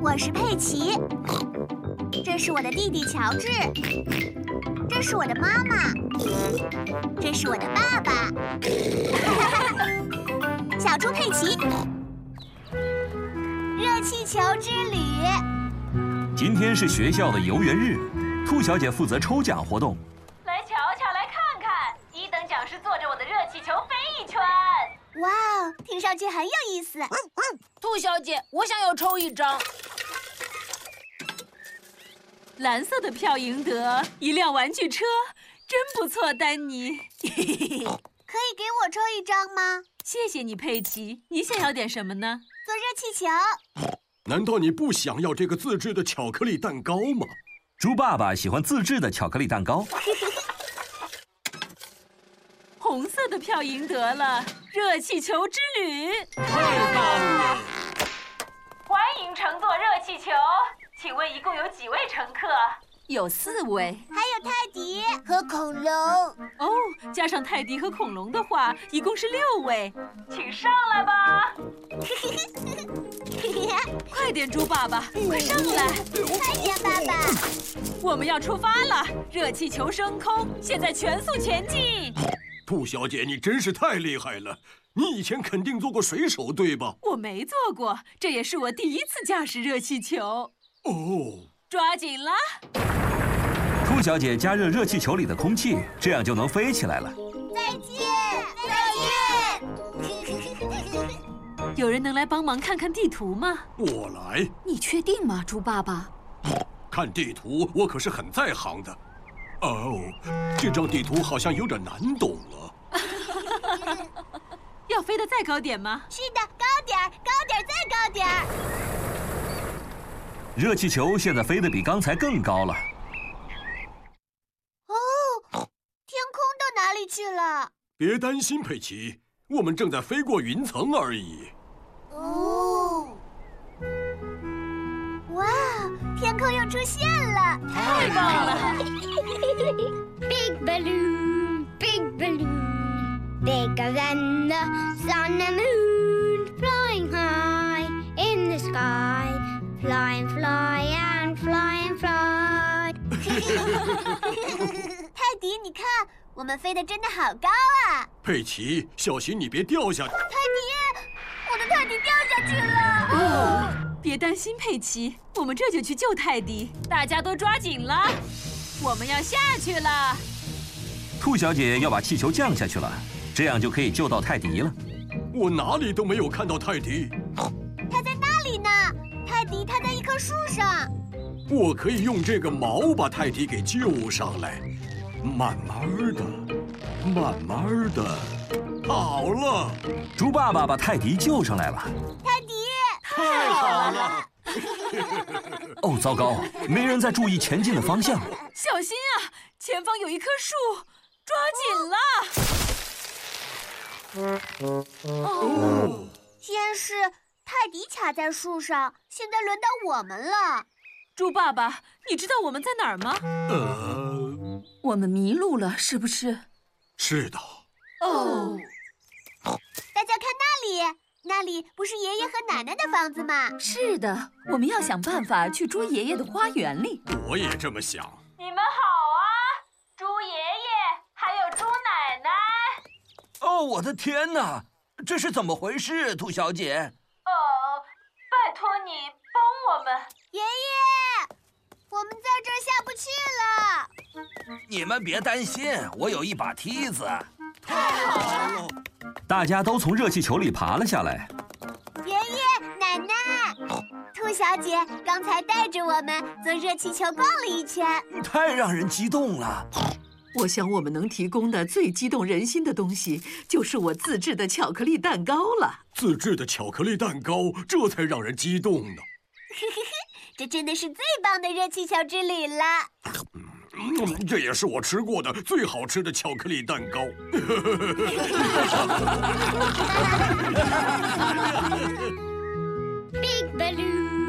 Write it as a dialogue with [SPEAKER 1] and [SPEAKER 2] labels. [SPEAKER 1] 我是佩奇，这是我的弟弟乔治，这是我的妈妈，这是我的爸爸。 小猪佩奇，热气球之旅，
[SPEAKER 2] 今天是学校的游园日，兔小姐负责抽奖活动。
[SPEAKER 3] 来瞧瞧，来看看，一等奖是坐着我的热气球飞一圈。
[SPEAKER 1] 哇哦，听上去很有意思。
[SPEAKER 4] 兔小姐，我想要抽一张。
[SPEAKER 5] 蓝色的票赢得一辆玩具车，真不错，丹尼。
[SPEAKER 1] 可以给我抽一张吗？
[SPEAKER 5] 谢谢你，佩奇。你想要点什么呢？
[SPEAKER 1] 坐热气球，
[SPEAKER 6] 难道你不想要这个自制的巧克力蛋糕吗？
[SPEAKER 2] 猪爸爸喜欢自制的巧克力蛋糕，
[SPEAKER 5] 红色的票赢得了热气球之旅。
[SPEAKER 3] 欢迎乘坐热气球，请问一共有几位乘客？
[SPEAKER 5] 有四位
[SPEAKER 1] 还有泰迪和恐龙。
[SPEAKER 5] 哦，加上泰迪和恐龙的话，一共是六位。
[SPEAKER 3] 请上来吧。
[SPEAKER 5] 快点，猪爸爸，快上来，
[SPEAKER 1] 快点，爸爸！
[SPEAKER 5] 我们要出发了！热气球升空，现在全速前进。
[SPEAKER 6] 兔小姐，你真是太厉害了！你以前肯定做过水手，对吧？
[SPEAKER 5] 我没坐过，这也是我第一次驾驶热气球。
[SPEAKER 6] 哦，
[SPEAKER 5] 抓紧啦！
[SPEAKER 2] 兔小姐加热热气球里的空气，这样就能飞起来了。
[SPEAKER 1] 再见，再见。
[SPEAKER 5] 有人能来帮忙看看地图吗？
[SPEAKER 6] 我来
[SPEAKER 4] 你确定吗，猪爸爸？
[SPEAKER 6] 看地图，我可是很在行的。哦，这张地图好像有点难懂啊了。
[SPEAKER 5] 要飞得再高点吗？
[SPEAKER 1] 是的，高点儿，高点儿，再高点儿。
[SPEAKER 2] 热气球现在飞得比刚才更高了。
[SPEAKER 1] 哦，天空到哪里去了？
[SPEAKER 6] 别担心，佩奇，我们正在飞过云层而已。
[SPEAKER 1] 哦，哇，天空又出现了，太棒了！
[SPEAKER 7] Big balloon, big balloon, bigger than the sun and moon, flying high in the sky, flying, fly and fly and fly.
[SPEAKER 1] 泰迪，你看，我们飞得真的好高啊！
[SPEAKER 6] 佩奇，小心你别掉下去！
[SPEAKER 1] 泰迪，我的泰迪掉下去了。
[SPEAKER 3] 哦
[SPEAKER 5] 别担心，佩奇，我们这就去救泰迪。大家都抓紧了，我们要下去了。
[SPEAKER 2] 兔小姐要把气球降下去了，这样就可以救到泰迪了。
[SPEAKER 6] 我哪里都没有看到泰迪，
[SPEAKER 1] 它在那里呢？泰迪，它在一棵树上。
[SPEAKER 6] 我可以用这个毛把泰迪给救上来，慢慢的，慢慢的，好了，
[SPEAKER 2] 猪爸爸把泰迪救上来了。
[SPEAKER 1] 泰迪，
[SPEAKER 6] 太好了！
[SPEAKER 2] 哦，糟糕，没人在注意前进的方向。
[SPEAKER 5] 小心啊！前方有一棵树，抓紧了！
[SPEAKER 6] 哦，
[SPEAKER 1] 先是泰迪卡在树上，现在轮到我们了。
[SPEAKER 5] 猪爸爸，你知道我们在哪儿吗？
[SPEAKER 6] 呃，
[SPEAKER 4] 我们迷路了，是不是？
[SPEAKER 6] 是的，
[SPEAKER 5] 哦，
[SPEAKER 1] 大家看那里，那里不是爷爷和奶奶的房子吗？
[SPEAKER 4] 是的，我们要想办法去猪爷爷的花园里。
[SPEAKER 6] 我也这么想。
[SPEAKER 3] 你们好啊，猪爷爷还有猪奶奶。
[SPEAKER 8] 哦，我的天哪，这是怎么回事，兔小姐？
[SPEAKER 3] 哦，拜托你帮我们。
[SPEAKER 1] 爷爷，我们在这儿下不去了。
[SPEAKER 8] 你们别担心，我有一把梯子。
[SPEAKER 2] 大家都从热气球里爬了下来。
[SPEAKER 1] 爷爷奶奶，兔小姐刚才带着我们坐热气球逛了一圈，
[SPEAKER 8] 太让人激动了！
[SPEAKER 9] 我想我们能提供的最激动人心的东西，就是我自制的巧克力蛋糕了。
[SPEAKER 6] 自制的巧克力蛋糕，这才让人激动呢。
[SPEAKER 1] 这真的是最棒的热气球之旅了。
[SPEAKER 6] 嗯，这也是我吃过的最好吃的巧克力蛋糕。
[SPEAKER 7] Big balloon,